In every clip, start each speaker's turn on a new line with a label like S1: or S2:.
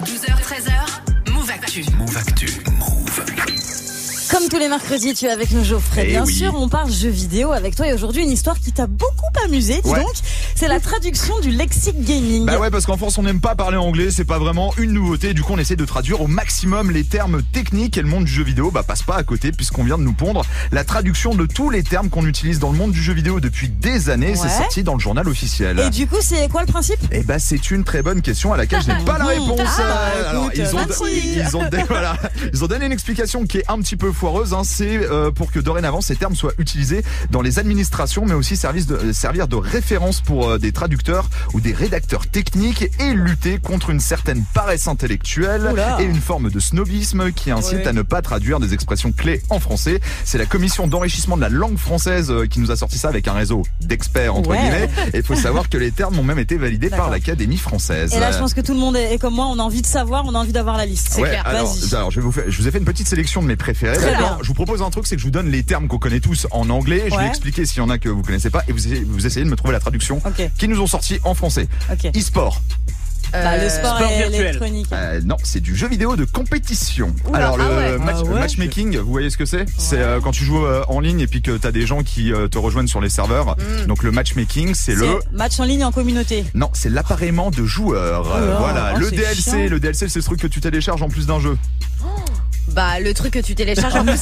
S1: 12h, 13h, Move Actu.
S2: Move Actu. Move.
S3: Comme tous les mercredis, tu es avec nous Geoffrey.
S2: Eh
S3: Bien
S2: oui.
S3: sûr, on parle jeux vidéo avec toi et aujourd'hui une histoire qui t'a beaucoup amusé, dis
S2: Ouais.
S3: donc. C'est la traduction du lexique gaming.
S2: Bah ouais, parce qu'en France, on n'aime pas parler anglais, c'est pas vraiment une nouveauté. Du coup, on essaie de traduire au maximum les termes techniques et le monde du jeu vidéo bah, passe pas à côté puisqu'on vient de nous pondre la traduction de tous les termes qu'on utilise dans le monde du jeu vidéo depuis des années.
S3: Ouais.
S2: C'est sorti dans le journal officiel.
S3: Et du coup, c'est quoi le principe
S2: Eh ben, c'est une très bonne question à laquelle je n'ai pas la
S3: Mhm.
S2: réponse.
S3: Ah,
S2: Euh,
S3: bah,
S2: Alors,
S3: écoute,
S2: ils ont,
S3: merci.
S2: ils ont, dé- voilà, ils ont donné une explication qui est un petit peu foireuse. hein. C'est euh, pour que dorénavant ces termes soient utilisés dans les administrations, mais aussi service de, euh, servir de référence pour euh, des traducteurs ou des rédacteurs techniques et lutter contre une certaine paresse intellectuelle
S3: Oula.
S2: et une forme de snobisme qui incite
S3: Ouais.
S2: à ne pas traduire des expressions clés en français. C'est la commission d'enrichissement de la langue française euh, qui nous a sorti ça avec un réseau d'experts entre
S3: Ouais.
S2: guillemets. Et il faut savoir que les termes ont même été validés
S3: D'accord.
S2: par l'Académie française.
S3: Et là, je pense que tout le monde est est comme moi, on a envie de savoir, on a envie d'avoir la liste.
S2: Ouais, alors,
S3: Vas-y.
S2: alors, je, vais vous faire- je vous ai fait une petite sélection de mes préférés.
S3: Très
S2: D'accord
S3: bien.
S2: Je vous propose un truc, c'est que je vous donne les termes qu'on connaît tous en anglais. Je
S3: Ouais.
S2: vais expliquer s'il y en a que vous connaissez pas et vous essayez, vous essayez de me trouver la traduction
S3: Ok,
S2: qui nous ont sorti en français.
S3: ok.
S2: E-sport.
S3: Bah, le sport,
S4: sport
S3: et
S4: virtuel.
S3: électronique.
S2: Euh, non, c'est du jeu vidéo de compétition. Alors le match-
S3: Ah ouais.
S2: matchmaking, vous voyez ce que c'est C'est euh, quand tu joues euh, en ligne et puis que t'as des gens qui euh, te rejoignent sur les serveurs. Donc le matchmaking, c'est le
S3: Mm. C'est match en ligne en communauté.
S2: non, c'est l'appareillement de joueurs.
S3: Oh là,
S2: voilà,
S3: oh,
S2: le
S3: c'est
S2: DLC,
S3: chiant.
S2: le DLC, c'est ce truc que tu télécharges en plus d'un jeu.
S5: Bah, le truc que tu télécharges
S3: Ah,
S5: en plus.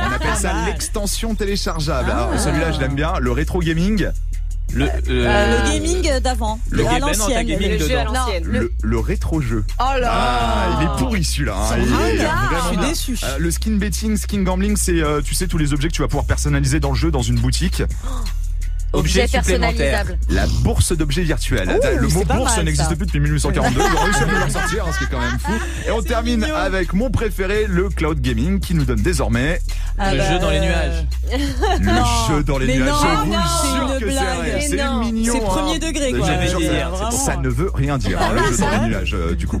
S2: On appelle ça
S3: mal. Ah.
S2: l'extension téléchargeable. Alors, celui-là, je l'aime bien. Le rétro gaming.
S4: Le, euh,
S3: Euh, le gaming euh, d'avant,
S4: le
S3: à
S4: Game Ben, t'as
S3: l'ancienne.
S4: gaming
S6: jeu à
S4: dedans.
S6: l'ancienne.
S2: Le, le rétro jeu.
S5: Oh
S2: Ah, il est pourri celui-là. hein. Il est vraiment
S3: Ah, Je suis
S2: bien.
S3: déçu.
S2: Euh, le skin betting, skin gambling, c'est euh, tu sais tous les objets que tu vas pouvoir personnaliser dans le jeu dans une boutique.
S4: Objet supplémentaire.
S2: La bourse d'objets virtuels.
S3: Ouh,
S2: le mot
S3: c'est pas
S2: bourse
S3: mal,
S2: n'existe
S3: ça.
S2: plus depuis 1842. Ils ont réussi à nous le sortir, hein, ce qui est quand même fou. Et on termine
S3: mignon.
S2: avec mon préféré, le cloud gaming, qui nous donne désormais
S3: Ah
S4: le
S3: bah,
S4: jeu dans les
S3: euh,
S4: nuages.
S2: le
S3: Non.
S2: jeu dans les
S3: Mais
S2: nuages.
S3: non,
S2: je vous
S3: non,
S2: jure
S3: c'est une
S2: que c'est
S3: blague.
S2: vrai.
S3: Mais
S2: C'est
S5: non.
S2: mignon.
S3: C'est
S2: hein.
S3: premier degré,
S2: Je
S3: quoi.
S2: vous jure
S4: J'allais
S2: que
S4: dire,
S2: ça-
S3: vraiment.
S2: Ça ne veut rien dire, hein, le jeu dans les nuages, euh, du coup.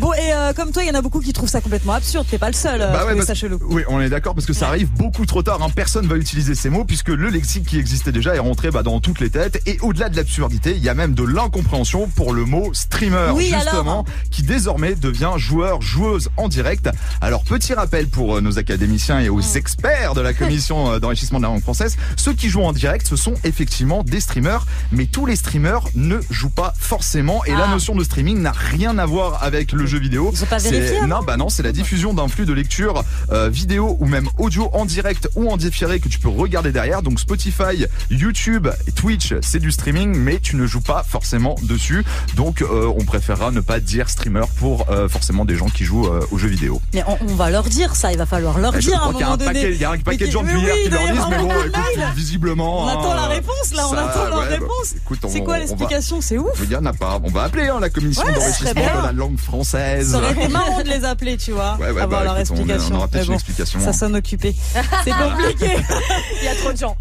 S3: Bon, et euh, comme toi, il y en a beaucoup qui trouvent ça complètement absurde. T'es pas le seul. euh, à trouver
S2: parce-
S3: ça chelou.
S2: oui, on est d'accord parce que ça arrive beaucoup trop tard. Hein. Personne va utiliser ces mots puisque le lexique qui existait déjà est rentré bah, dans toutes les têtes. Et au-delà de l'absurdité, il y a même de l'incompréhension pour le mot streamer,
S3: Oui,
S2: justement,
S3: alors
S2: qui désormais devient joueur, joueuse en direct. Alors, petit rappel pour euh, nos académiciens et aux
S3: Mm.
S2: experts de la commission euh, d'enrichissement de la langue française, ceux qui jouent en direct, ce sont effectivement des streamers, mais tous les streamers ne jouent pas forcément. Et la
S3: Ah.
S2: notion de streaming n'a rien à voir avec le jeu vidéo.
S3: Ils ont pas
S2: C'est-
S3: vérifié avant
S2: Non, bah non, c'est la diffusion d'un flux de lecture euh, vidéo ou même audio en direct ou en différé que tu peux regarder derrière. Donc Spotify, YouTube, Twitch, c'est du streaming, mais tu ne joues pas forcément dessus. Donc euh, on préférera ne pas dire streamer pour euh, forcément des gens qui jouent euh, aux jeux vidéo.
S3: Mais on, on va leur dire ça, il va falloir leur
S2: Bah, je
S3: dire à
S2: crois
S3: un
S2: qu'il y a
S3: moment
S2: un paquet,
S3: donné.
S2: il y a un paquet
S3: Mais
S2: de gens
S3: mais
S2: depuis
S3: oui,
S2: hier qui
S3: il doit y
S2: leur disent,
S3: avoir
S2: mais bon,
S3: un
S2: écoute,
S3: mail.
S2: visiblement.
S3: On attend la
S2: hein,
S3: réponse, là, on
S2: ça,
S3: attend leur
S2: ouais, bah,
S3: réponse.
S2: écoute, on-
S3: C'est quoi
S2: on va-
S3: l'explication C'est ouf
S2: Il y en a pas. On va appeler hein, la commission
S3: Ouais, ça serait
S2: d'enrichissement
S3: bien.
S2: de la langue française.
S3: Ça aurait été marrant de les appeler, tu vois,
S2: Ouais, ouais, bah,
S3: avoir leur
S2: écoute, on-
S3: explication.
S2: on aura peut-être hein.
S3: Mais
S2: une
S3: bon,
S2: explication.
S3: ça
S2: hein.
S3: sonne occupé. C'est compliqué.
S5: Il y a trop de gens.